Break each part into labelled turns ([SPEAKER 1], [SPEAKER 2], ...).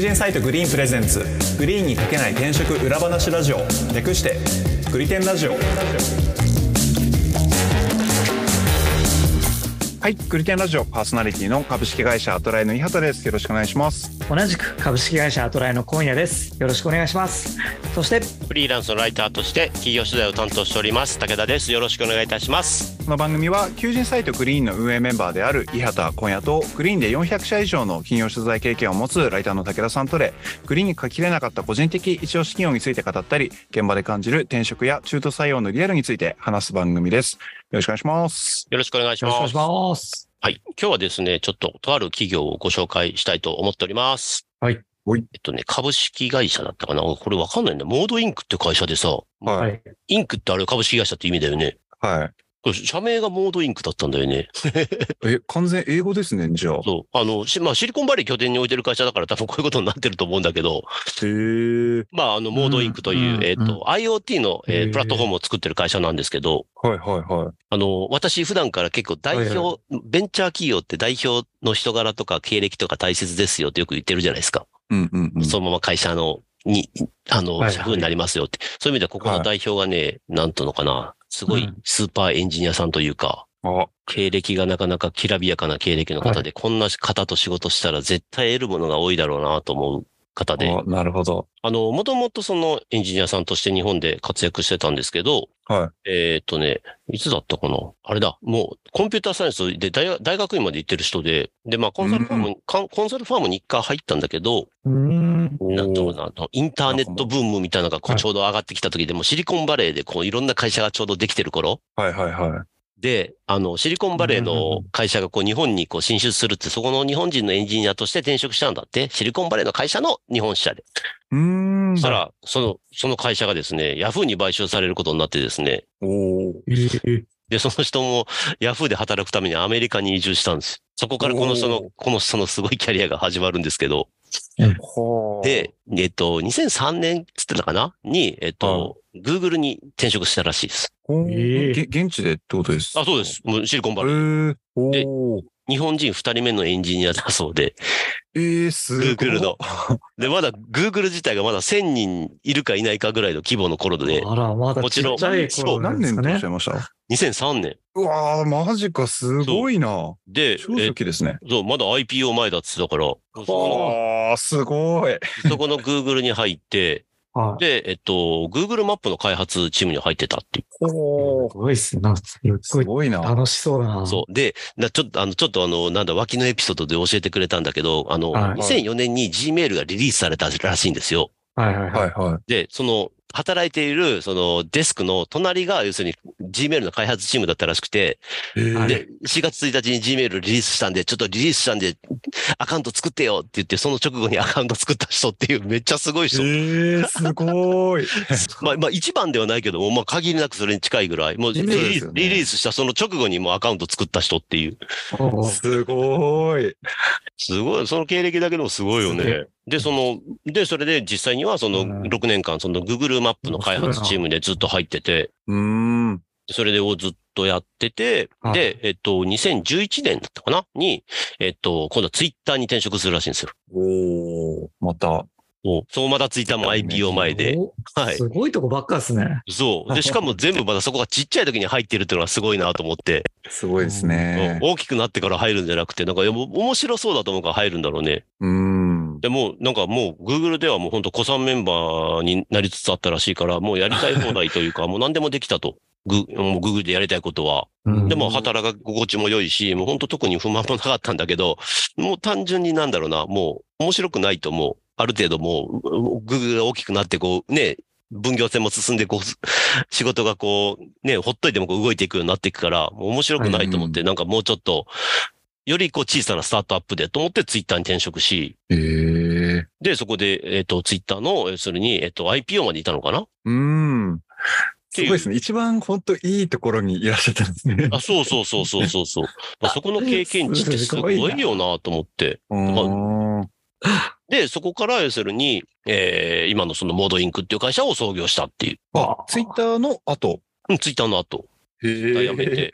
[SPEAKER 1] 人サイトグリーンプレゼンツグリーンにかけない転職裏話ラジオ略してグリテンラジオはいグリテンラジオパーソナリティの株式会社アトライの伊畑ですよろしくお願いします
[SPEAKER 2] 同じく株式会社アトライの今夜です。よろしくお願いします。そして、
[SPEAKER 3] フリーランスのライターとして企業取材を担当しております武田ですよろしくお願いいたします
[SPEAKER 1] この番組は求人サイトグリーンの運営メンバーである伊畑今夜とグリーンで400社以上の金融取材経験を持つライターの武田さんとでグリーンに書ききれなかった個人的一押し企業について語ったり現場で感じる転職や中途採用のリアルについて話す番組ですよろしくお願いします
[SPEAKER 3] よろしくお願いし
[SPEAKER 2] よろしくお願
[SPEAKER 3] ま
[SPEAKER 2] い
[SPEAKER 3] す
[SPEAKER 2] します。
[SPEAKER 3] はい今日はですねちょっととある企業をご紹介したいと思っております
[SPEAKER 2] はい
[SPEAKER 1] はい
[SPEAKER 3] えっとね株式会社だったかなこれわかんないんだモードインクって会社でさ
[SPEAKER 2] は
[SPEAKER 1] はい
[SPEAKER 2] い。
[SPEAKER 3] インクってあれ株式会社って意味だよね
[SPEAKER 1] はい
[SPEAKER 3] これ社名がモードインクだったんだよね。
[SPEAKER 1] え完全英語ですねじゃあ
[SPEAKER 3] そう。あの、しまあ、シリコンバレー拠点に置いてる会社だから多分こういう ことになってると思うんだけど、
[SPEAKER 1] へえ
[SPEAKER 3] まあ、あの、モードインクという、
[SPEAKER 2] うん
[SPEAKER 3] えっ、
[SPEAKER 2] うん
[SPEAKER 3] と、IoT の、え
[SPEAKER 2] へー
[SPEAKER 3] ープラットフォームを作ってる会社なんですけど、
[SPEAKER 1] はいはいは
[SPEAKER 3] あの、私普段から結構代表、
[SPEAKER 2] はい
[SPEAKER 3] ベンチャー企業って代表の人柄とか経歴とか大切ですよってよく言ってるじゃないですか。
[SPEAKER 1] いうんうんうん
[SPEAKER 3] そのまま会社の、に、あの、
[SPEAKER 2] はいはい
[SPEAKER 3] 社風になりますよって。そういう意味ではここの代表がね、なんとのかな、すご
[SPEAKER 2] う
[SPEAKER 3] い
[SPEAKER 2] ん
[SPEAKER 3] スーパーエンジニアさんというか、
[SPEAKER 1] あ
[SPEAKER 3] 経歴がなかなかきらびやかな経歴の方で、こんな方と仕事したら絶対得るものが多いだろうなと思う方で、
[SPEAKER 1] あなるほど
[SPEAKER 3] あの、もともとそのエンジニアさんとして日本で活躍してたんですけど、
[SPEAKER 1] は
[SPEAKER 3] えーっとね、いつだったかなあれだ、もうコンピューターサイエンスで大学大学院まで行ってる人で、で、まあコンサルファームに、かんコンサルファームに一回入ったんだけど、
[SPEAKER 2] うーん。
[SPEAKER 1] お
[SPEAKER 3] なん
[SPEAKER 1] ー
[SPEAKER 3] とかな、あのインターネットブームみたいなのがこ
[SPEAKER 2] は
[SPEAKER 3] う
[SPEAKER 2] い
[SPEAKER 3] ちょうど上がってきた時で、もうシリコンバレーでこういろんな会社がちょうどできてる頃、
[SPEAKER 1] はいはいは
[SPEAKER 3] で、あの、シリコンバレーの会社がこう日本にこう進出するって、そこの日本人のエンジニアとして転職したんだって、シリコンバレーの会社の日本支社で。
[SPEAKER 1] いうーん
[SPEAKER 3] そしたら、その、その会社がですね、ヤフーに買収されることになってですね、
[SPEAKER 1] おお
[SPEAKER 2] えー
[SPEAKER 3] で、その人も ヤフーで働くためにアメリカに移住したんです。そこからこの人
[SPEAKER 1] おー
[SPEAKER 3] の、この人のすごいキャリアが始まるんですけど、
[SPEAKER 1] はあ
[SPEAKER 3] で、えっと、2003年っつってたかなに、えっと、Google に転職したらしいです。
[SPEAKER 1] ほう
[SPEAKER 2] ええ
[SPEAKER 1] げ現地でってことです
[SPEAKER 3] あ、そうです。もうシリコン
[SPEAKER 1] え
[SPEAKER 3] バレー。
[SPEAKER 1] ー、お
[SPEAKER 3] で
[SPEAKER 1] ー
[SPEAKER 3] 日本人2人目のエンジニアだそうで、
[SPEAKER 1] えー、すごい
[SPEAKER 3] Google の。で、まだ Google 自体がまだ1000人いるかいないかぐらいの規模の頃で、
[SPEAKER 2] あら、まだ
[SPEAKER 3] も
[SPEAKER 2] ち
[SPEAKER 3] ち
[SPEAKER 2] っ
[SPEAKER 3] ろん
[SPEAKER 2] ちゃい
[SPEAKER 3] そ
[SPEAKER 2] 頃
[SPEAKER 3] う
[SPEAKER 2] な
[SPEAKER 1] 何
[SPEAKER 2] んです
[SPEAKER 1] 年
[SPEAKER 2] か
[SPEAKER 1] とおっ
[SPEAKER 2] ね
[SPEAKER 1] しゃ。いました
[SPEAKER 3] 2003年。
[SPEAKER 1] うわー、マジか、すごいな。
[SPEAKER 3] で、
[SPEAKER 1] 超
[SPEAKER 3] え
[SPEAKER 1] 初期ですね。
[SPEAKER 3] そう、まだ IPO 前だっつってたから、そ
[SPEAKER 1] あー、すごい。
[SPEAKER 3] このそこの Google に入って、
[SPEAKER 2] はい。
[SPEAKER 3] で、えっと、Google マップの開発チームに入ってたってい
[SPEAKER 1] ほー
[SPEAKER 2] すごいっすね。なんかす
[SPEAKER 1] す
[SPEAKER 2] ごい
[SPEAKER 1] ごいな。
[SPEAKER 2] 楽しそうだな。
[SPEAKER 3] う。そう。で、なちょっと、あの、ちょっとあの、なんだ、脇のエピソードで教えてくれたんだけど、あの、
[SPEAKER 2] はい
[SPEAKER 3] 2004年に Gmail がリリースされたらしいんですよ。
[SPEAKER 2] はいはい
[SPEAKER 1] は
[SPEAKER 2] はいい。
[SPEAKER 1] は
[SPEAKER 3] で、その、働いている、その、デスクの隣が、要するに Gmail の開発チームだったらしくて、
[SPEAKER 1] い。えー、
[SPEAKER 3] で、4月1日に Gmail リリースしたんで、ちょっとリリースしたんで、アカウント作ってよって言って、その直後にアカウント作った人っていう、めっちゃすごい人。
[SPEAKER 1] えー、すごい。
[SPEAKER 3] まあ、まあ、一番ではないけども、まあ、限りなくそれに近いぐらい、もう
[SPEAKER 1] そ
[SPEAKER 3] リ
[SPEAKER 1] う
[SPEAKER 3] リ
[SPEAKER 1] ですよね
[SPEAKER 3] ースリリースしたその直後にもうアカウント作った人っていう。
[SPEAKER 2] おうおう
[SPEAKER 1] すごい。
[SPEAKER 3] すごい、その経歴だけでもすごいよ
[SPEAKER 2] すげ
[SPEAKER 3] ね。で、その、で、それで実際にはその
[SPEAKER 2] うん
[SPEAKER 3] 6年間、その Google マップの開発チームでずっと入ってて、
[SPEAKER 1] うーん。
[SPEAKER 3] それをずっとやってて
[SPEAKER 2] は、い
[SPEAKER 3] で、えっと、2011年だったかなに、えっと、今度は Twitter に転職するらしいんですよ。
[SPEAKER 1] おー、また。
[SPEAKER 3] おそう、まだ Twitter も IPO 前で。
[SPEAKER 2] お
[SPEAKER 3] はい
[SPEAKER 2] すごいとこばっかですね。
[SPEAKER 3] そう。で、しかも全部まだそこがちっちゃい時に入ってるっていうのはすごいなと思って。
[SPEAKER 1] すごいです
[SPEAKER 3] うん
[SPEAKER 1] ね。
[SPEAKER 3] 大きくなってから入るんじゃなくて、なんか、いやもう面白そうだと思うから入るんだろうね。
[SPEAKER 1] うーん。
[SPEAKER 3] でもう、なんかもう、Google ではもう本当、子さんメンバーになりつつあったらしいから、もうやりたい放題というか、もう何でもできたと。グもう Google でやりたいことは。
[SPEAKER 2] うん
[SPEAKER 3] でも、働き心地も良いし、もう本当特に不満もなかったんだけど、もう単純になんだろうな、もう面白くないともう、ある程度もう、Google が大きくなって、こう、ね、分業制も進んで、こう、 仕事がこう、ね、ほっといてもこう動いていくようになっていくから、もう面白くないと思って、なんかもうちょっと、よりこう小さなスタートアップでと思って Twitter に転職し、
[SPEAKER 1] えー。
[SPEAKER 3] で、そこで、えっ、と、ツイッターの、要するに、えっ、と、IPO までいたのかな
[SPEAKER 1] うーん。す
[SPEAKER 3] ていう
[SPEAKER 1] ごいですね。一番本当いいところにいらっしゃったんですね。
[SPEAKER 3] あ、そうそうそうそうそう そう。まあそこの経験値ってすごいよなと思って。
[SPEAKER 1] うーん。
[SPEAKER 3] で、そこから、要するに、えー、今のそのモードインクっていう会社を創業したっていう。
[SPEAKER 1] あ、ツイッターの後。
[SPEAKER 3] うん、ツイッターの後、
[SPEAKER 1] へ
[SPEAKER 3] 辞めて。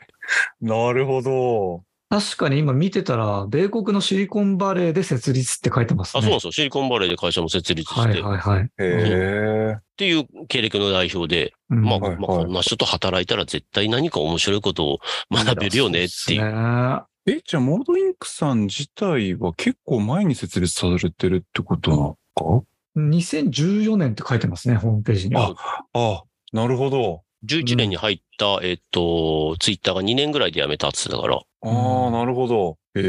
[SPEAKER 1] なるほど。
[SPEAKER 2] 確かに今見てたら、米国のシリコンバレーで設立って書いてます
[SPEAKER 3] あ、
[SPEAKER 2] ね。
[SPEAKER 3] そうなんですよ。シリコンバレーで会社も設立して、
[SPEAKER 2] はい
[SPEAKER 3] っ
[SPEAKER 2] はいはい。
[SPEAKER 1] へえ。
[SPEAKER 3] ていう経歴の代表で、
[SPEAKER 2] うん
[SPEAKER 3] まあ、
[SPEAKER 1] はいはい
[SPEAKER 3] まあ、こんな人と働いたら絶対何か面白いことを学べるよねっていう。
[SPEAKER 2] ね
[SPEAKER 1] え、じゃあ、モードインクさん自体は結構前に設立されてるってことなの
[SPEAKER 2] 2014年って書いてますね、ホームページに。
[SPEAKER 1] あかあ、なるほど。
[SPEAKER 3] 11年に入った、えっと、ツイッターが2年ぐらいで辞めたっつってたから、
[SPEAKER 1] あ
[SPEAKER 2] う
[SPEAKER 1] あ、
[SPEAKER 2] ん
[SPEAKER 1] なるほど。へえ。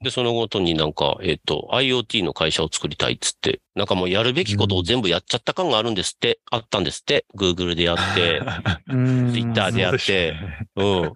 [SPEAKER 3] で、そのごとになんか、えっと、IoT の会社を作りたいっつって、なんかもうやるべきことを全部やっちゃった感があるんですって、あったんですって、Google でやって、
[SPEAKER 2] うん、
[SPEAKER 3] ツイッターでやっ
[SPEAKER 1] そう
[SPEAKER 3] て
[SPEAKER 1] で、
[SPEAKER 3] うん。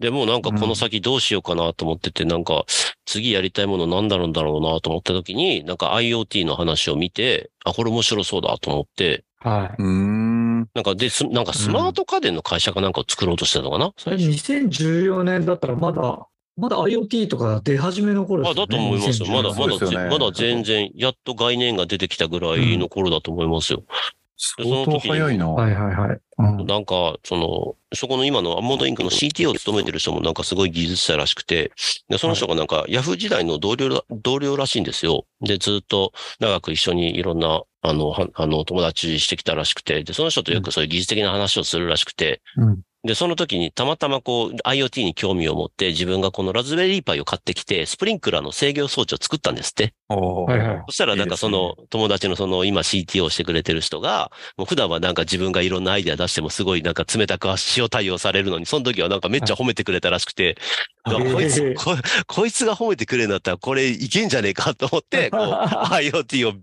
[SPEAKER 3] で、もうなんかこの先どうしようかなと思ってて、なんか次やりたいものなんだろうんだろうなと思った時に、なんか IoT の話を見て、あ、これ面白そうだと思って、
[SPEAKER 2] はい。
[SPEAKER 1] うーん。
[SPEAKER 3] なんかで、すなんかスマート家電の会社かなんかを作ろうとしてたのかな、
[SPEAKER 2] それ
[SPEAKER 3] 最初。
[SPEAKER 2] 2014年だったらまだ、まだ IoT とか出始めの頃で
[SPEAKER 3] あ、
[SPEAKER 2] すよ
[SPEAKER 3] だと
[SPEAKER 2] ね。
[SPEAKER 3] 思いますよ。ま
[SPEAKER 2] 2014
[SPEAKER 3] だ、まだ
[SPEAKER 1] そうですよ
[SPEAKER 3] ぜ、
[SPEAKER 1] ね
[SPEAKER 3] まだ全然、やっと概念が出てきたぐらいの頃だと思いますよ。
[SPEAKER 1] 相当早いな。
[SPEAKER 2] はいはいはい。うん
[SPEAKER 3] なんか、その、そこの今のアンモードインクの CTO を務めてる人もなんかすごい技術者らしくて、でその人がなんかヤフー時代の同僚ら、同僚らしいんですよ。で、ずっと長く一緒にいろんな、あの、はあの、友達してきたらしくて、で、その人とよくそういう技術的な話をするらしくて、
[SPEAKER 2] うん
[SPEAKER 3] で、その時にたまたまこう IoT に興味を持って自分がこのラズベリーパイを買ってきて、スプリンクラーの制御装置を作ったんですって。
[SPEAKER 2] はい
[SPEAKER 1] は
[SPEAKER 2] はい。
[SPEAKER 3] そしたらなんかその友達のその今 CTO をしてくれてる人が、もう普段はなんか自分がいろんなアイデア出してもすごいなんか冷たく塩対応されるのに、その時はなんかめっちゃ褒めてくれたらしくて、
[SPEAKER 2] は
[SPEAKER 3] だ
[SPEAKER 2] い
[SPEAKER 3] からこいつ
[SPEAKER 2] へー
[SPEAKER 3] こ、こいつが褒めてくれるんだったらこれいけんじゃねえかと 思って、こう IoT を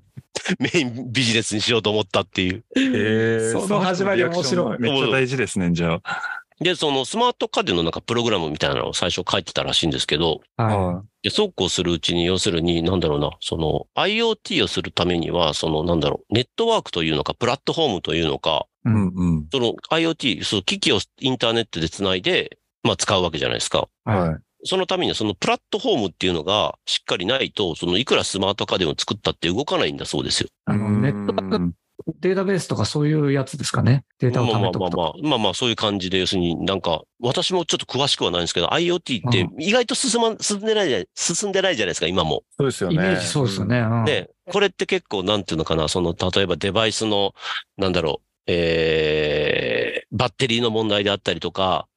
[SPEAKER 3] メインビジネスにしようと思ったっていう。
[SPEAKER 1] へえ。
[SPEAKER 2] その始まり面白い
[SPEAKER 1] めっちゃ大事ですね、じゃあ。
[SPEAKER 3] で、そのスマート家電のなんかプログラムみたいなのを最初書いてたらしいんですけど、
[SPEAKER 2] は
[SPEAKER 1] は
[SPEAKER 3] で、そうこうするうちに、要するに、なんだろうな、その、IoT をするためには、その、なんだろう、ネットワークというのか、プラットフォームというのか、
[SPEAKER 1] い。うんうん。
[SPEAKER 3] その IoT、その機器をインターネットでつないで、まあ、使うわけじゃないですか。
[SPEAKER 2] い。はい。
[SPEAKER 1] はい。
[SPEAKER 3] そのためには、そのプラットフォームっていうのがしっかりないと、その、いくらスマート家電を作ったって動かないんだそうですよ。
[SPEAKER 2] あの、ネットワーク
[SPEAKER 1] ク。
[SPEAKER 2] データベースとかそういうやつですかね。データを
[SPEAKER 3] まあ
[SPEAKER 2] 貯
[SPEAKER 3] ま
[SPEAKER 2] め
[SPEAKER 3] あ
[SPEAKER 2] と
[SPEAKER 3] まあ
[SPEAKER 2] くと
[SPEAKER 3] ま
[SPEAKER 2] か。
[SPEAKER 3] あ、まあまあ、そういう感じで、要するになんか、私もちょっと詳しくはないんですけど、IoT って意外と進ま、進んでないじゃない、進んでないじゃないですか、今も。
[SPEAKER 1] そうですよね。
[SPEAKER 2] イメージそうですよ。ね。うん
[SPEAKER 3] で、これって結構、なんていうのかな、その、例えばデバイスの、なんだろう、えー、バッテリーの問題であったりとか、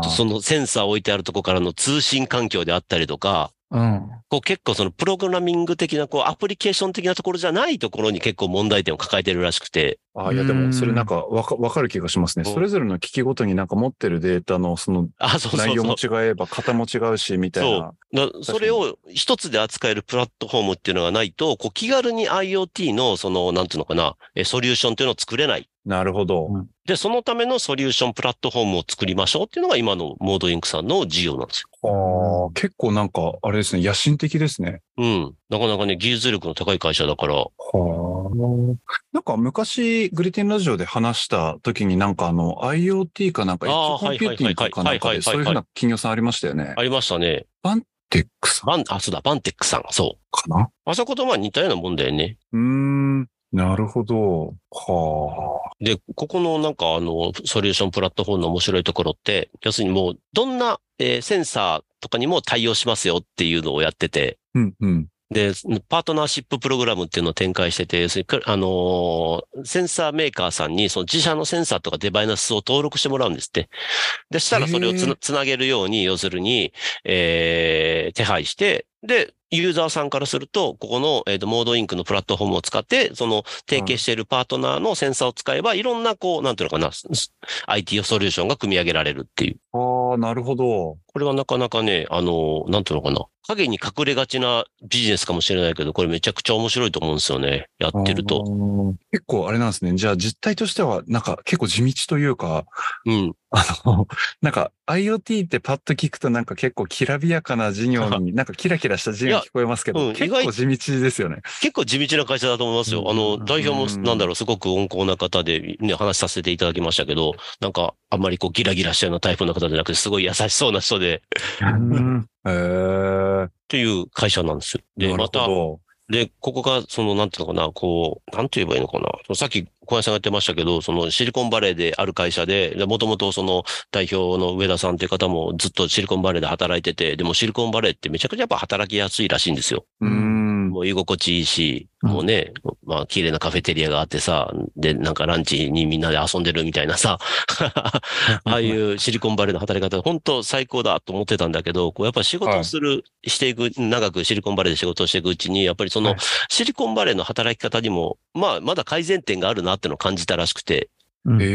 [SPEAKER 1] ああ。
[SPEAKER 3] そのセンサー置いてあるとこからの通信環境であったりとか、
[SPEAKER 2] い。うん。
[SPEAKER 3] こう結構そのプログラミング的な、こうアプリケーション的なところじゃないところに結構問題点を抱えてるらしくて、
[SPEAKER 1] あいや、でも、それなんか、わか、わかる気がしますね。
[SPEAKER 3] うん
[SPEAKER 1] それぞれの機器ごとになんか持ってるデータの、その、
[SPEAKER 3] あ、そうそ
[SPEAKER 1] 内
[SPEAKER 3] う
[SPEAKER 1] 容
[SPEAKER 3] そ
[SPEAKER 1] も
[SPEAKER 3] う。
[SPEAKER 1] 違えば、型も違うし、みたいな。
[SPEAKER 3] なそれを一つで扱えるプラットフォームっていうのがないと、こう気軽に IoT のその、なんていうのかな、えソリューションっていうのを作れない。
[SPEAKER 1] なるほど。
[SPEAKER 3] で、そのためのソリューションプラットフォームを作りましょうっていうのが今のモードインクさんの事業なんですよ。
[SPEAKER 1] ああ、結構なんか、あれですね、野心的ですね。
[SPEAKER 3] うん。なかなかね、技術力の高い会社だから。
[SPEAKER 1] はあ。なんか昔、グリテンラジオで話した時になんかあの、IoT かなんか、エッ
[SPEAKER 3] あ
[SPEAKER 1] ジ
[SPEAKER 3] ー
[SPEAKER 1] コンピューティングかなんか
[SPEAKER 3] はいはいはいはいはいはい
[SPEAKER 1] で、そういうふうな企業さんありましたよね
[SPEAKER 3] あ。りましたね。
[SPEAKER 1] テックさん
[SPEAKER 3] バン、あ、そうだ、バンテックさん。そ
[SPEAKER 1] かな
[SPEAKER 3] う。あそことまあ似たようなもんだよね。
[SPEAKER 1] うーん、なるほど。は
[SPEAKER 3] で、ここのなんかあの、ソリューションプラットフォームの面白いところって、要するにもう、どんな、えーセンサーとかにも対応しますよっていうのをやってて、
[SPEAKER 1] あ。うん、うん。
[SPEAKER 3] で、パートナーシッププログラムっていうのを展開してて、要するに、あのーセンサーメーカーさんに、その自社のセンサーとかデバイナスを登録してもらうんですって。で、したらそれをつ
[SPEAKER 1] へ
[SPEAKER 3] な
[SPEAKER 1] ー
[SPEAKER 3] つなげるように、要するに、えー手配して、で、ユーザーさんからすると、ここの、えーと、モードインクのプラットフォームを使って、その、提携しているパートナーのセンサーを使えば、いろんな、こう、なんていうのかな、すす IT ソリューションが組み上げられるっていう。
[SPEAKER 1] ああ、なるほど。
[SPEAKER 3] これはなかなかね、あの、なんていうのかな。影に隠れがちなビジネスかもしれないけど、これめちゃくちゃ面白いと思うんですよね。やってると。
[SPEAKER 1] と。結構あれなんですね。じゃあ実態としては、なんか結構地道というか、
[SPEAKER 3] うん。
[SPEAKER 1] あの、なんか IoT ってパッと聞くとなんか結構きらびやかな事業 に、なんかキラキラした事業に聞こえますけ
[SPEAKER 3] い
[SPEAKER 1] ど、
[SPEAKER 3] やうん
[SPEAKER 1] 結
[SPEAKER 3] 意
[SPEAKER 1] 構地道ですよね。
[SPEAKER 3] 結構地道な会社だと思います
[SPEAKER 1] う
[SPEAKER 3] よ。
[SPEAKER 1] ん
[SPEAKER 3] あの、代表
[SPEAKER 1] う
[SPEAKER 3] も、
[SPEAKER 1] ん
[SPEAKER 3] なんだろう、すごく温厚な方で、ね、話させていただきましたけど、なんか、あんまりこう、ギラギラしたようなタイプの方じゃなくて、すごい優しそうな人で、
[SPEAKER 2] うん
[SPEAKER 1] へえ。
[SPEAKER 3] という会社なんですよ。で、
[SPEAKER 1] なる
[SPEAKER 3] ま
[SPEAKER 1] ほ
[SPEAKER 3] た、
[SPEAKER 1] ど。
[SPEAKER 3] で、ここが、その、なんていうのかな、こう、なんて言えばいいのかな。そのさっき、小林さんが言ってましたけど、そのシリコンバレーである会社で、もともとその代表の上田さんっていう方もずっとシリコンバレーで働いてて、でもシリコンバレーってめちゃくちゃやっぱ働きやすいらしいんですよ。
[SPEAKER 1] うーん。
[SPEAKER 3] もう居心地いいし、
[SPEAKER 2] うん
[SPEAKER 3] もうね、まあ綺麗なカフェテリアがあってさ、で、なんかランチにみんなで遊んでるみたいなさ、ああいうシリコンバレーの働き方、本当最高だと思ってたんだけど、こうやっぱ仕事をする、していく、長くシリコンバレーで仕事をしていくうちに、やっぱりその、
[SPEAKER 2] はい
[SPEAKER 3] シリコンバレーの働き方にも、まあまだ改善点があるなってのを感じたらしくて、
[SPEAKER 2] うん
[SPEAKER 1] へ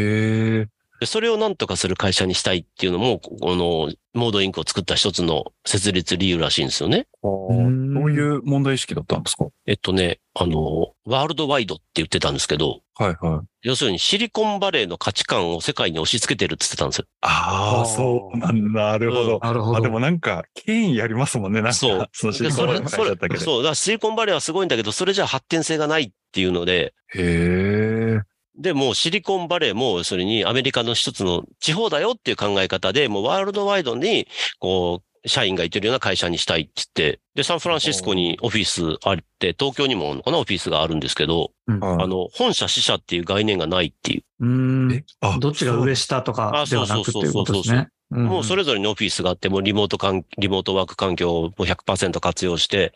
[SPEAKER 1] え。
[SPEAKER 3] でそれをなんとかする会社にしたいっていうのも、ここのモードインクを作った一つの設立理由らしいんですよね。
[SPEAKER 1] ど
[SPEAKER 2] うん
[SPEAKER 1] ういう問題意識だったんですか
[SPEAKER 3] えっとね、あの、ワールドワイドって言ってたんですけど、
[SPEAKER 1] はいはい。
[SPEAKER 3] 要するにシリコンバレーの価値観を世界に押し付けてるって言ってたんですよ。
[SPEAKER 1] あ
[SPEAKER 2] あ
[SPEAKER 1] あ、
[SPEAKER 2] ー
[SPEAKER 1] そうなんだ。なるほど。
[SPEAKER 2] なるほ
[SPEAKER 1] あ、
[SPEAKER 2] ど。
[SPEAKER 1] でもなんか、権威ありますもんね。なんか、
[SPEAKER 3] そう
[SPEAKER 1] そのシ
[SPEAKER 3] で
[SPEAKER 1] リコ
[SPEAKER 3] そ
[SPEAKER 1] ンバレー
[SPEAKER 3] れ、
[SPEAKER 1] の
[SPEAKER 3] そ
[SPEAKER 1] 会社
[SPEAKER 3] れ
[SPEAKER 1] だけ、で。
[SPEAKER 3] そう、だからシリコンバレーはすごいんだけど、それじゃ発展性がないっていうので、
[SPEAKER 1] へえ。
[SPEAKER 3] で、もうシリコンバレーも、それにアメリカの一つの地方だよっていう考え方で、もうワールドワイドに、こう、社員がいてるような会社にしたいって言って、で、サンフランシスコにオフィスあって、東京にもあるのかな、オフィスがあるんですけど、あ
[SPEAKER 1] あ
[SPEAKER 3] の、本社、支社っていう概念がないってい
[SPEAKER 2] う
[SPEAKER 3] う。
[SPEAKER 2] ん。
[SPEAKER 1] あ
[SPEAKER 2] どっちが上下とか
[SPEAKER 3] あ
[SPEAKER 2] ではなくっていうことですね。
[SPEAKER 3] もうそ
[SPEAKER 2] れ、
[SPEAKER 3] れぞれのオフィスがあって、もうリモート環リモートワーク環境をもう100%活用して、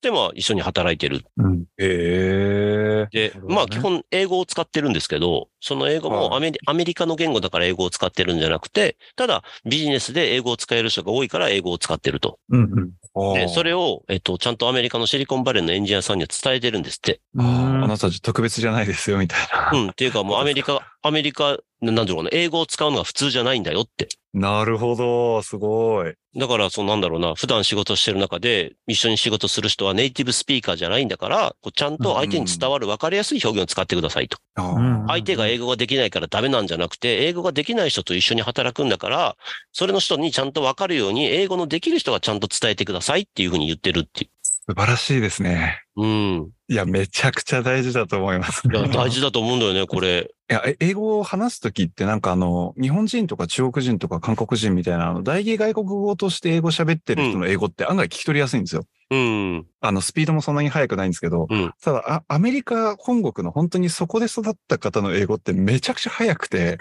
[SPEAKER 3] で、まあ一緒に働いてる。
[SPEAKER 2] うん
[SPEAKER 1] へえ。
[SPEAKER 2] な
[SPEAKER 3] で、
[SPEAKER 2] るほどね
[SPEAKER 3] まあ基本英語を使ってるんですけど、その英語
[SPEAKER 1] はい
[SPEAKER 3] もアメリアメリカの言語だから英語を使ってるんじゃなくて、ただビジネスで英語を使える人が多いから英語を使ってると。
[SPEAKER 2] うん
[SPEAKER 3] で、そ
[SPEAKER 1] れ、
[SPEAKER 3] れを、えっと、ちゃんとアメリカのシリコンバレーのエンジニアさんには伝えてるんですって。
[SPEAKER 2] うん。
[SPEAKER 1] あな
[SPEAKER 2] う
[SPEAKER 1] んたたち特別じゃないですよ、みたいな。
[SPEAKER 3] うん。っていうかもうアメリカ、アメリカ、ななんだろうな、英語を使うのが普通じゃないんだよって。
[SPEAKER 1] なるほど、すごい。
[SPEAKER 3] だから、そうなんだろうな、普段仕事してる中で、一緒に仕事する人はネイティブスピーカーじゃないんだから、こうちゃんと相手に伝わる分かりやすい表現を使ってくださいと。
[SPEAKER 2] うん
[SPEAKER 3] 相手が英語ができないからダメなんじゃなくて、英語ができない人と一緒に働くんだから、それの人にちゃんと分かるように、英語のできる人がちゃんと伝えてくださいっていうふうに言ってるってい
[SPEAKER 1] 素晴らしいですね。
[SPEAKER 3] う。うん。
[SPEAKER 1] いや、めちゃくちゃ大事だと思います。
[SPEAKER 3] いや、大事だと思うんだよね、これ。
[SPEAKER 1] いや、え英語を話すときってなんかあの、日本人とか中国人とか韓国人みたいな、あの、代議外国語として英語喋ってる人の英語って案外聞き取りやすいんですよ。
[SPEAKER 3] うん。
[SPEAKER 1] あの、スピードもそんなに速くないんですけど、
[SPEAKER 3] うん
[SPEAKER 1] ただあ、アメリカ本国の本当にそこで育った方の英語ってめちゃくちゃ速くて、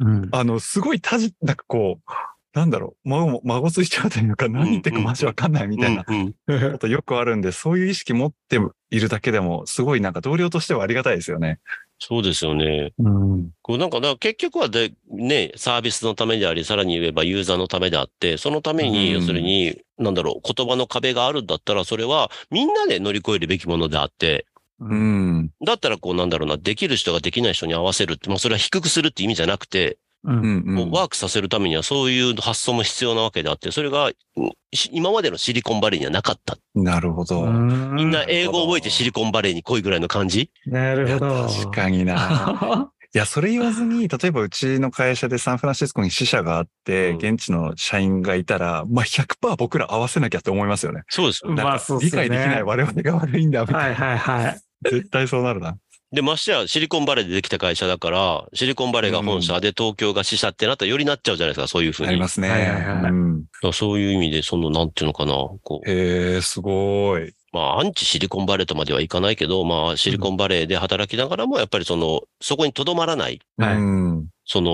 [SPEAKER 2] うん
[SPEAKER 1] あの、すごいたじ、なんかこう、なんだろう、孫も、孫ついちゃうというか、何言ってるかマジわかんないみたいな
[SPEAKER 3] うんうん
[SPEAKER 1] ことよくあるんで、そういう意識持っているだけでも、すごいなんか同僚としてはありがたいですよね。
[SPEAKER 3] そうですよね。
[SPEAKER 2] うん
[SPEAKER 3] こうなんか、だから結局はで、ね、サービスのためであり、さらに言えばユーザーのためであって、そのため
[SPEAKER 1] うん
[SPEAKER 3] に、要するに、なんだろう、言葉の壁があるんだったら、それはみんなで乗り越えるべきものであって、
[SPEAKER 1] うん。
[SPEAKER 3] だったらこう、なんだろうな、できる人ができない人に合わせるって、まあそれは低くするって意味じゃなくて、
[SPEAKER 2] う
[SPEAKER 1] うんん、う
[SPEAKER 3] こ
[SPEAKER 1] ん
[SPEAKER 3] う。ワークさせるためにはそういう発想も必要なわけであって、それがうんし今までのシリコンバレーにはなかった。
[SPEAKER 1] なるほど。
[SPEAKER 3] みんな
[SPEAKER 1] るほど
[SPEAKER 3] 英語を覚えてシリコンバレーに来いぐらいの感じ
[SPEAKER 2] なるほど。
[SPEAKER 1] 確かに な。いや、それ言わずに、例えばうちの会社でサンフランシスコに支社があって、
[SPEAKER 3] うん
[SPEAKER 1] 現地の社員がいたら、まあ100%僕ら合わせなきゃって思いますよね。
[SPEAKER 3] そうです
[SPEAKER 2] まあそうっす
[SPEAKER 1] 理
[SPEAKER 2] よね
[SPEAKER 1] 解できない我々が悪いんだ、みたいな。
[SPEAKER 2] はいはいはい。
[SPEAKER 1] 絶対そうなるな。
[SPEAKER 3] で、ましてや、シリコンバレーでできた会社だから、シリコンバレーが本社で東京が支社ってなったらよりなっちゃうじゃないですか、そういうふうに。
[SPEAKER 1] ありますね。
[SPEAKER 2] はいはいはい
[SPEAKER 1] うん
[SPEAKER 3] だからそういう意味で、その、なんていうのかな、こう、
[SPEAKER 1] へえ、すごい。
[SPEAKER 3] まあ、アンチシリコンバレーとまではいかないけど、まあ、シリコンバレーで働きながらも、やっぱりその、そこにとどまらない、
[SPEAKER 2] はい
[SPEAKER 1] うん
[SPEAKER 3] その、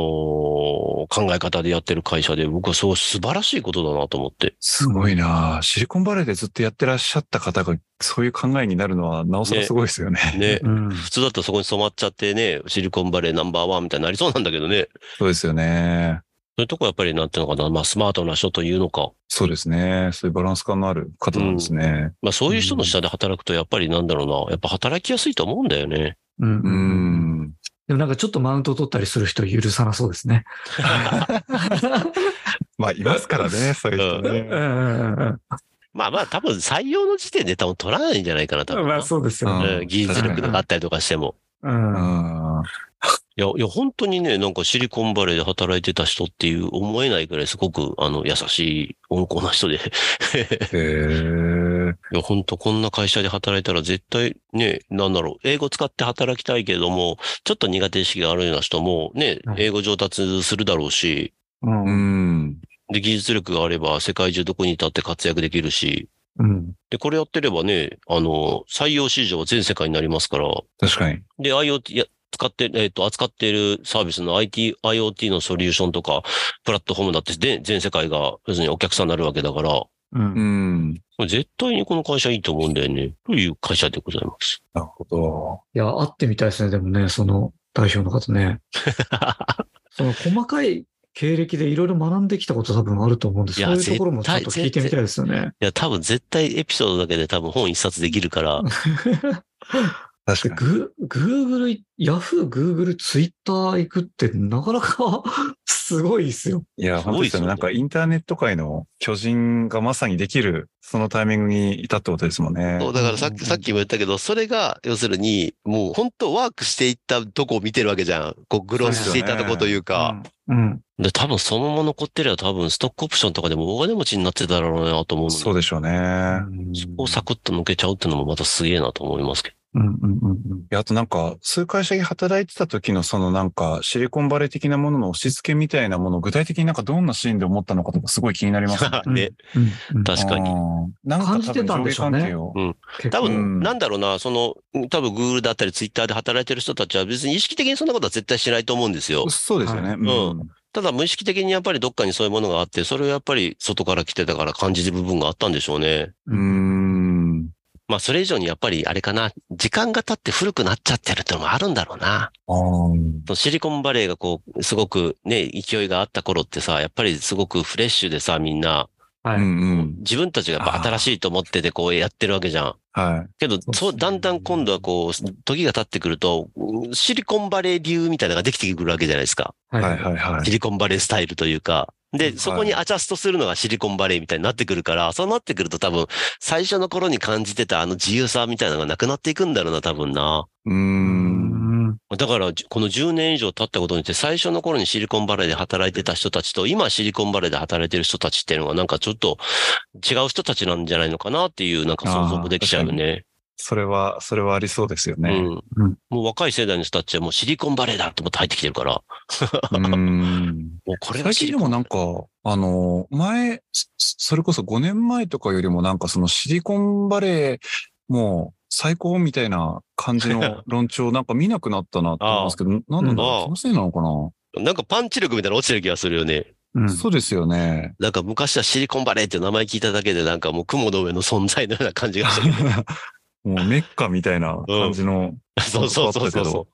[SPEAKER 3] 考え方でやってる会社で、僕はそう素晴らしいことだなと思って。
[SPEAKER 1] すごいなシリコンバレーでずっとやってらっしゃった方が、そういう考えになるのは、なおさらすごいですよね。
[SPEAKER 3] ね。
[SPEAKER 2] うん
[SPEAKER 3] 普通だったらそこに染まっちゃってね、シリコンバレーナンバーワンみたいになりそうなんだけどね。
[SPEAKER 1] そうですよね。
[SPEAKER 3] そういうとこやっぱりなんていうのかな、まあスマートな人というのか、
[SPEAKER 1] そうですね。そういうバランス感のある方なんですね。
[SPEAKER 3] まあそういう人の下で働くとやっぱりなんだろうな、やっぱ働きやすいと思うんだよね。
[SPEAKER 2] う。
[SPEAKER 1] うんん。
[SPEAKER 2] でもなんかちょっとマウント取ったりする人許さなそうですね。
[SPEAKER 1] まあ、いますからね、そういう人
[SPEAKER 2] うんう
[SPEAKER 1] ね。
[SPEAKER 2] んうん
[SPEAKER 3] まあまあ多分採用の時点で多分取らないんじゃないかな、多
[SPEAKER 2] うん
[SPEAKER 3] 分。
[SPEAKER 2] まあそうですよね。
[SPEAKER 3] うん技術力があったりとかしても。
[SPEAKER 2] うん
[SPEAKER 1] うん。
[SPEAKER 3] いや、いや、本当にね、なんかシリコンバレーで働いてた人っていう思えないくらいすごく、あの、優しい、温厚な人で。
[SPEAKER 1] へえ。
[SPEAKER 3] いや、本当こんな会社で働いたら絶対ね、なんだろう、英語使って働きたいけれども、ちょっと苦手意識があるような人もね
[SPEAKER 2] は、い
[SPEAKER 3] 英語上達するだろうし、
[SPEAKER 2] うん
[SPEAKER 1] うん。
[SPEAKER 3] で、技術力があれば世界中どこにいたって活躍できるし、
[SPEAKER 2] うん
[SPEAKER 3] で、これやってればね、あの、採用市場は全世界になりますから、
[SPEAKER 1] 確かに。
[SPEAKER 3] で、IoT や、使って、えっ、と、扱っているサービスの IT、IoT のソリューションとか、プラットフォームだって、で全世界が、要するにお客さんになるわけだから、
[SPEAKER 2] うん。
[SPEAKER 1] ん。
[SPEAKER 3] 絶対にこの会社いいと思うんだよね、という会社でございます。
[SPEAKER 1] なるほど。
[SPEAKER 2] いや、会ってみたいですね、でもね、その代表の方 ね。その細かい経歴でいろいろ学んできたこと多分あると思うんで、
[SPEAKER 3] い
[SPEAKER 2] そ
[SPEAKER 3] や
[SPEAKER 2] ういうところもちょっと聞いてみたいですよね。
[SPEAKER 3] いや、多分絶対エピソードだけで多分本一冊できるから、
[SPEAKER 1] 確かに。
[SPEAKER 2] グーグル、ヤフー、グーグル、ツイッター行くってなかなか すごいですよ。
[SPEAKER 1] いや、
[SPEAKER 3] すご
[SPEAKER 1] 本当
[SPEAKER 3] い
[SPEAKER 1] で
[SPEAKER 3] ですすよ
[SPEAKER 1] よね。
[SPEAKER 3] ね
[SPEAKER 1] なんかインターネット界の巨人がまさにできる、そのタイミングにいたってことですもんね。
[SPEAKER 3] そう、だからさっ
[SPEAKER 2] うんうんう
[SPEAKER 3] き、
[SPEAKER 2] ん
[SPEAKER 3] さっきも言ったけど、それが、要するに、もう本当ワークしていったとこを見てるわけじゃん。こう、グロースしていったとこというか。
[SPEAKER 2] うん。
[SPEAKER 3] で、多分そのまま残ってりゃ多分ストックオプションとかでも大金持ちになってただろうなと思う
[SPEAKER 1] うん
[SPEAKER 3] ので。
[SPEAKER 1] そうでしょうね。
[SPEAKER 3] そこをサクッと抜けちゃうってのもまたすげえなと思いますけど。
[SPEAKER 2] うんうんうんうん。
[SPEAKER 1] いや、あとなんか、そういう会社に働いてた時のそのなんか、シリコンバレー的なものの押し付けみたいなもの、具体的になんかどんなシーンで思ったのかとかすごい気になりますね。
[SPEAKER 2] うん
[SPEAKER 3] ね、
[SPEAKER 2] うんうん
[SPEAKER 3] 確かに。
[SPEAKER 1] に。なんか多
[SPEAKER 2] 感じ
[SPEAKER 1] 分
[SPEAKER 2] てた
[SPEAKER 1] 上
[SPEAKER 2] んで
[SPEAKER 1] 下
[SPEAKER 2] しょう
[SPEAKER 1] 関
[SPEAKER 2] ね
[SPEAKER 1] 係を。
[SPEAKER 2] 結
[SPEAKER 3] 多
[SPEAKER 2] 構
[SPEAKER 1] うん
[SPEAKER 3] 分、なんだろうな、その、多分 Google だったり Twitter で働いてる人たちは別に意識的にそんなことは絶対しないと思うんですよ。
[SPEAKER 1] そうですよね。
[SPEAKER 2] は
[SPEAKER 1] うん。
[SPEAKER 3] ただ無意識的にやっぱりどっかにそういうものがあって、それをやっぱり外から来てたから感じる部分があったんでしょうね。
[SPEAKER 1] うーん。
[SPEAKER 3] まあ、それ以上にやっぱり、あれかな、時間が経って古くなっちゃってるってのもあるんだろうな。
[SPEAKER 1] あー
[SPEAKER 3] シリコンバレーがこう、すごくね、勢いがあった頃ってさ、やっぱりすごくフレッシュでさ、みんな、
[SPEAKER 2] は
[SPEAKER 1] うん
[SPEAKER 2] い。
[SPEAKER 1] うん。
[SPEAKER 3] 自分たちがやっぱ
[SPEAKER 1] あー
[SPEAKER 3] 新しいと思っててこうやってるわけじゃん。
[SPEAKER 1] はい。
[SPEAKER 3] けど、
[SPEAKER 2] です
[SPEAKER 3] そ
[SPEAKER 2] ね
[SPEAKER 3] う、だんだん今度はこう、時が経ってくると、シリコンバレー流みたいなのができてくるわけじゃないですか。
[SPEAKER 2] はい。
[SPEAKER 1] はいはいは
[SPEAKER 3] シ
[SPEAKER 1] い。
[SPEAKER 3] リコンバレースタイルというか。
[SPEAKER 1] は
[SPEAKER 3] で、
[SPEAKER 1] い
[SPEAKER 3] そこにアジャストするのがシリコンバレーみたいになってくるから、そうなってくると多分、最初の頃に感じてたあの自由さみたいなのがなくなっていくんだろうな、多分な。
[SPEAKER 1] うー。
[SPEAKER 2] うんん。
[SPEAKER 3] だから、じこの10年以上経ったことによって、最初の頃にシリコンバレーで働いてた人たちと、今シリコンバレーで働いてる人たちっていうのが、なんかちょっと違う人たちなんじゃないのかなっていう、なんか想像もできちゃうよね。
[SPEAKER 1] それは、それはありそうですよ
[SPEAKER 3] う
[SPEAKER 1] ね。
[SPEAKER 3] ん
[SPEAKER 2] うん。
[SPEAKER 3] もう若い世代の人たちはもうシリコンバレーだと思って入ってきてるから、
[SPEAKER 1] うーん。
[SPEAKER 3] もうこれが
[SPEAKER 1] 最
[SPEAKER 3] シ
[SPEAKER 1] 近で
[SPEAKER 3] リコ
[SPEAKER 1] も
[SPEAKER 3] ン
[SPEAKER 1] なんか、あの、前、そそれこそ5年前とかよりもなんかそのシリコンバレーもう最高みたいな感じ の論調なんか見なくなったなって思うんですけど、なんなんだろ
[SPEAKER 3] あ
[SPEAKER 1] う
[SPEAKER 3] あ
[SPEAKER 1] 気のせいなのかな、
[SPEAKER 3] なんかパンチ力みたいなの落ちてる気がするよね。
[SPEAKER 2] うん。
[SPEAKER 1] そうですよね。
[SPEAKER 3] なんか昔はシリコンバレーって名前聞いただけで、なんかもう雲の上の存在のような感じがしたけど。
[SPEAKER 1] もうメッカみたいな感じの。
[SPEAKER 3] そうそうそうそう
[SPEAKER 1] そ
[SPEAKER 3] そうう。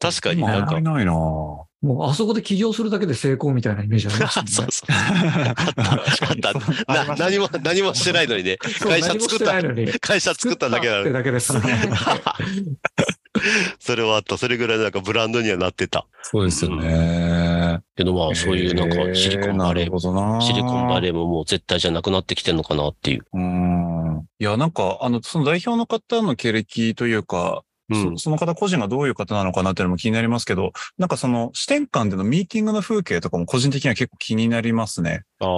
[SPEAKER 3] 確かに
[SPEAKER 1] あ
[SPEAKER 3] なん
[SPEAKER 1] んま
[SPEAKER 3] か
[SPEAKER 1] り。ないな
[SPEAKER 2] もうあそこで起業するだけで成功みたいなイメージありますよね。
[SPEAKER 3] そうそう。
[SPEAKER 1] あ
[SPEAKER 3] ったな何も、 何もしてないのにね。
[SPEAKER 2] そう
[SPEAKER 3] 会社作った
[SPEAKER 2] 何もしてないのに。
[SPEAKER 3] 会社作っただけな
[SPEAKER 2] っ
[SPEAKER 3] の
[SPEAKER 2] て
[SPEAKER 3] に。
[SPEAKER 2] だけです。
[SPEAKER 3] それはあった。それぐらいなんかブランドにはなってた。
[SPEAKER 1] そうですよね。
[SPEAKER 3] けどまあ、そういうなんかシリコンバレ
[SPEAKER 1] えなる
[SPEAKER 3] ー、
[SPEAKER 1] ほどな
[SPEAKER 3] シリコンバ
[SPEAKER 1] ー
[SPEAKER 3] レーももう絶対じゃなくなってきてるのかなっていう。
[SPEAKER 1] うーんいや、なんか、あの、その代表の方の経歴というか、
[SPEAKER 3] うん
[SPEAKER 1] そその方個人がどういう方なのかなっていうのも気になりますけど、なんかその視点間でのミーティングの風景とかも個人的には結構気になりますね。
[SPEAKER 3] ああ、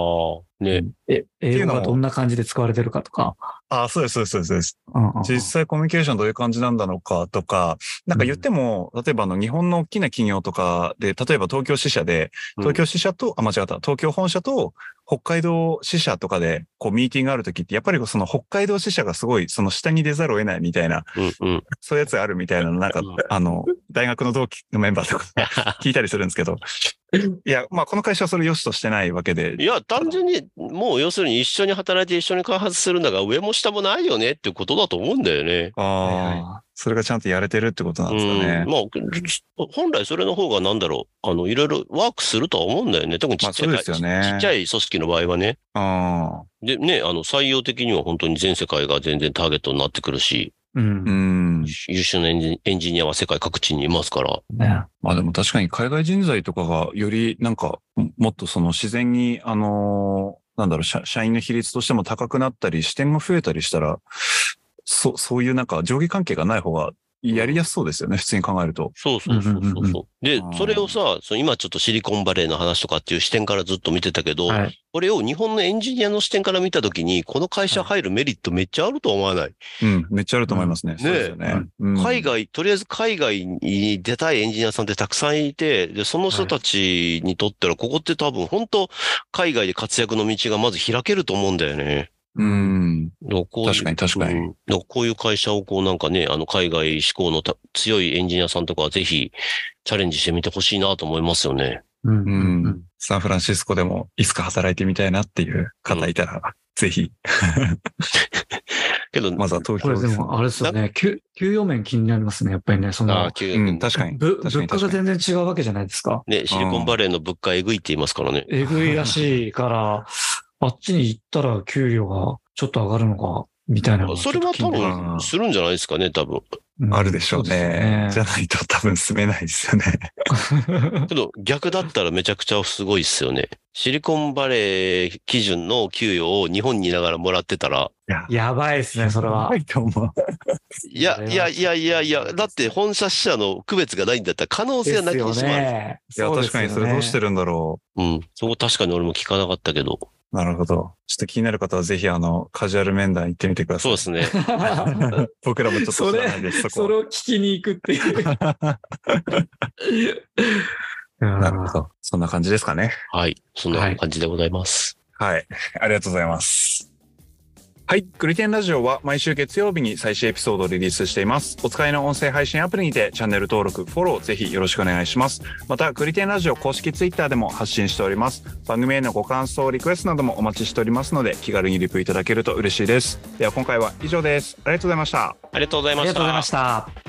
[SPEAKER 3] ね。
[SPEAKER 2] え英
[SPEAKER 1] うのも
[SPEAKER 2] 語がどんな感じで使われてるかとか。
[SPEAKER 1] ああ、そうです、そうです、そうです。
[SPEAKER 2] うんうんうん
[SPEAKER 1] 実際コミュニケーションどういう感じなんだろうかとか、なんか言っても、例えばあの日本の大きな企業とかで、例えば東京支社で、
[SPEAKER 3] うん
[SPEAKER 1] 東京支社と、あ、間違った、東京本社と北海道支社とかで、こうミーティングがあるときって、やっぱりその北海道支社がすごいその下に出ざるを得ないみたいな、
[SPEAKER 3] うんうん。
[SPEAKER 1] そういうやつあるみたいなの、なんか
[SPEAKER 3] うん、
[SPEAKER 1] あの、大学の同期のメンバーとか聞いたりするんですけど、いや、まあこの会社はそれ良しとしてないわけで
[SPEAKER 3] い、や、単純に、もう要するに一緒に働いて一緒に開発するんだが、上も下もないよねっていうことだと思うんだよね。
[SPEAKER 1] あ
[SPEAKER 2] は
[SPEAKER 1] あ、
[SPEAKER 2] いは
[SPEAKER 1] それがちゃんとやれてるってことなんですかね
[SPEAKER 3] うん。。まあ、本来それの方がなんだろう、あの、いろいろワークするとは思うんだよね。特にちっちゃい
[SPEAKER 1] まあ
[SPEAKER 3] 会、
[SPEAKER 1] そうですよね
[SPEAKER 3] ちちっちゃい組織の場合はね。
[SPEAKER 1] あ
[SPEAKER 3] で、ね、あの、採用的には本当に全世界が全然ターゲットになってくるし、
[SPEAKER 2] いうん
[SPEAKER 1] あ、うん。
[SPEAKER 3] 優秀なエンジエンジニアは世界各地にいますから。
[SPEAKER 2] ね
[SPEAKER 1] まあでも確かに海外人材とかがよりなんかももっとその自然にあのーなんだろう社、社員の比率としても高くなったり視点が増えたりしたら、そ、そういうなんか上下関係がない方がやりやすそうですよね、普通に考えると。
[SPEAKER 3] そうそうそうそ
[SPEAKER 2] う
[SPEAKER 3] う
[SPEAKER 2] んうんうん
[SPEAKER 3] そう。で
[SPEAKER 1] あ、ー
[SPEAKER 3] それをさ、その今ちょっとシリコンバレーの話とかっていう視点からずっと見てたけど、
[SPEAKER 2] はい
[SPEAKER 3] これを日本のエンジニアの視点から見たときに、この会社入るメリットめっちゃあるとは思わない。
[SPEAKER 1] うん、めっちゃあると思いますね。
[SPEAKER 3] ん
[SPEAKER 1] そうですよね。うん
[SPEAKER 3] 海外、とりあえず海外に出たいエンジニアさんってたくさんいて、で、その人たちにとったら、ここって多分本当、海外で活躍の道がまず開けると思うんだよね。
[SPEAKER 1] うん。
[SPEAKER 3] だらこういう
[SPEAKER 1] 確かに確かに
[SPEAKER 3] うんだらこういう会社をこうなんかね、あの海外志向のた強いエンジニアさんとかはぜひチャレンジしてみてほしいなと思いますよね。
[SPEAKER 2] うんう
[SPEAKER 1] うんん。サンフランシスコでもいつか働いてみたいなっていう方いたら、ぜひ、
[SPEAKER 3] けど、
[SPEAKER 1] まずは東
[SPEAKER 2] こ
[SPEAKER 1] 京
[SPEAKER 2] れでも、あれですよね。給給与面気になりますね。やっぱりね。そ
[SPEAKER 3] あ
[SPEAKER 2] の
[SPEAKER 3] あ、、急
[SPEAKER 1] うん、確かに。
[SPEAKER 2] ぶ
[SPEAKER 1] 確か
[SPEAKER 2] 物
[SPEAKER 1] に
[SPEAKER 2] 価が全然違うわけじゃないですか。
[SPEAKER 3] ね、シリコンバレーの物価えぐいって言いますからね。
[SPEAKER 2] えぐいらしいから、あっちに行ったら給料がちょっと上がるのか、みたいなのがちょ
[SPEAKER 3] そ
[SPEAKER 2] っ
[SPEAKER 3] れ
[SPEAKER 2] と
[SPEAKER 3] は
[SPEAKER 2] 気に
[SPEAKER 3] 多
[SPEAKER 2] なる。
[SPEAKER 3] 分するんじゃないですかね、多
[SPEAKER 2] う
[SPEAKER 3] 分。
[SPEAKER 2] ん
[SPEAKER 1] あるでしょうね。じ
[SPEAKER 2] そ
[SPEAKER 1] ゃ
[SPEAKER 2] う
[SPEAKER 1] ないと多分住めないですよね。
[SPEAKER 2] ですよね
[SPEAKER 3] けど逆だったらめちゃくちゃすごいっすよね。シリコンバレー基準の給与を日本にいながらもらってたら、
[SPEAKER 1] いや、
[SPEAKER 2] やばいですね、それは
[SPEAKER 1] な。いと思う。
[SPEAKER 3] いや、いやいやいやいや、だって本社支社の区別がないんだったら可能性
[SPEAKER 2] で
[SPEAKER 3] はな
[SPEAKER 2] す
[SPEAKER 3] き
[SPEAKER 2] よ
[SPEAKER 3] にしもある。
[SPEAKER 2] ね。
[SPEAKER 1] いや、確かにそれどうして
[SPEAKER 2] る
[SPEAKER 1] るんだろ
[SPEAKER 3] うん。そこ確かに俺も聞かなかったけど。
[SPEAKER 1] う。なるほど。ちょっと気になる方はぜひ、あの、カジュアル面談行ってみてくださ
[SPEAKER 3] そう
[SPEAKER 1] い。
[SPEAKER 3] ですね。
[SPEAKER 1] 僕らもちょっと知らないです、そ
[SPEAKER 2] そ
[SPEAKER 1] こ
[SPEAKER 2] れを聞きに行くっていう。
[SPEAKER 1] は。 なるほ
[SPEAKER 2] ど。
[SPEAKER 1] ど。そんな感じですかね。
[SPEAKER 3] はい。そんな感じでございます。
[SPEAKER 1] はい。 ありがとうございます。はい。グリテンラジオは毎週月曜日に最新エピソードをリリースしています。お使いの音声配信アプリにてチャンネル登録、フォローぜひよろしくお願いします。また、グリテンラジオ公式ツイッターでも発信しております。番組へのご感想、リクエストなどもお待ちしておりますので、気軽にリプいただけると嬉しいです。では今回は以上です。ありがとうございました。
[SPEAKER 3] ありがとうござい
[SPEAKER 2] あ
[SPEAKER 3] ま
[SPEAKER 2] りが
[SPEAKER 3] し
[SPEAKER 2] とうござい
[SPEAKER 3] た
[SPEAKER 2] まし。た。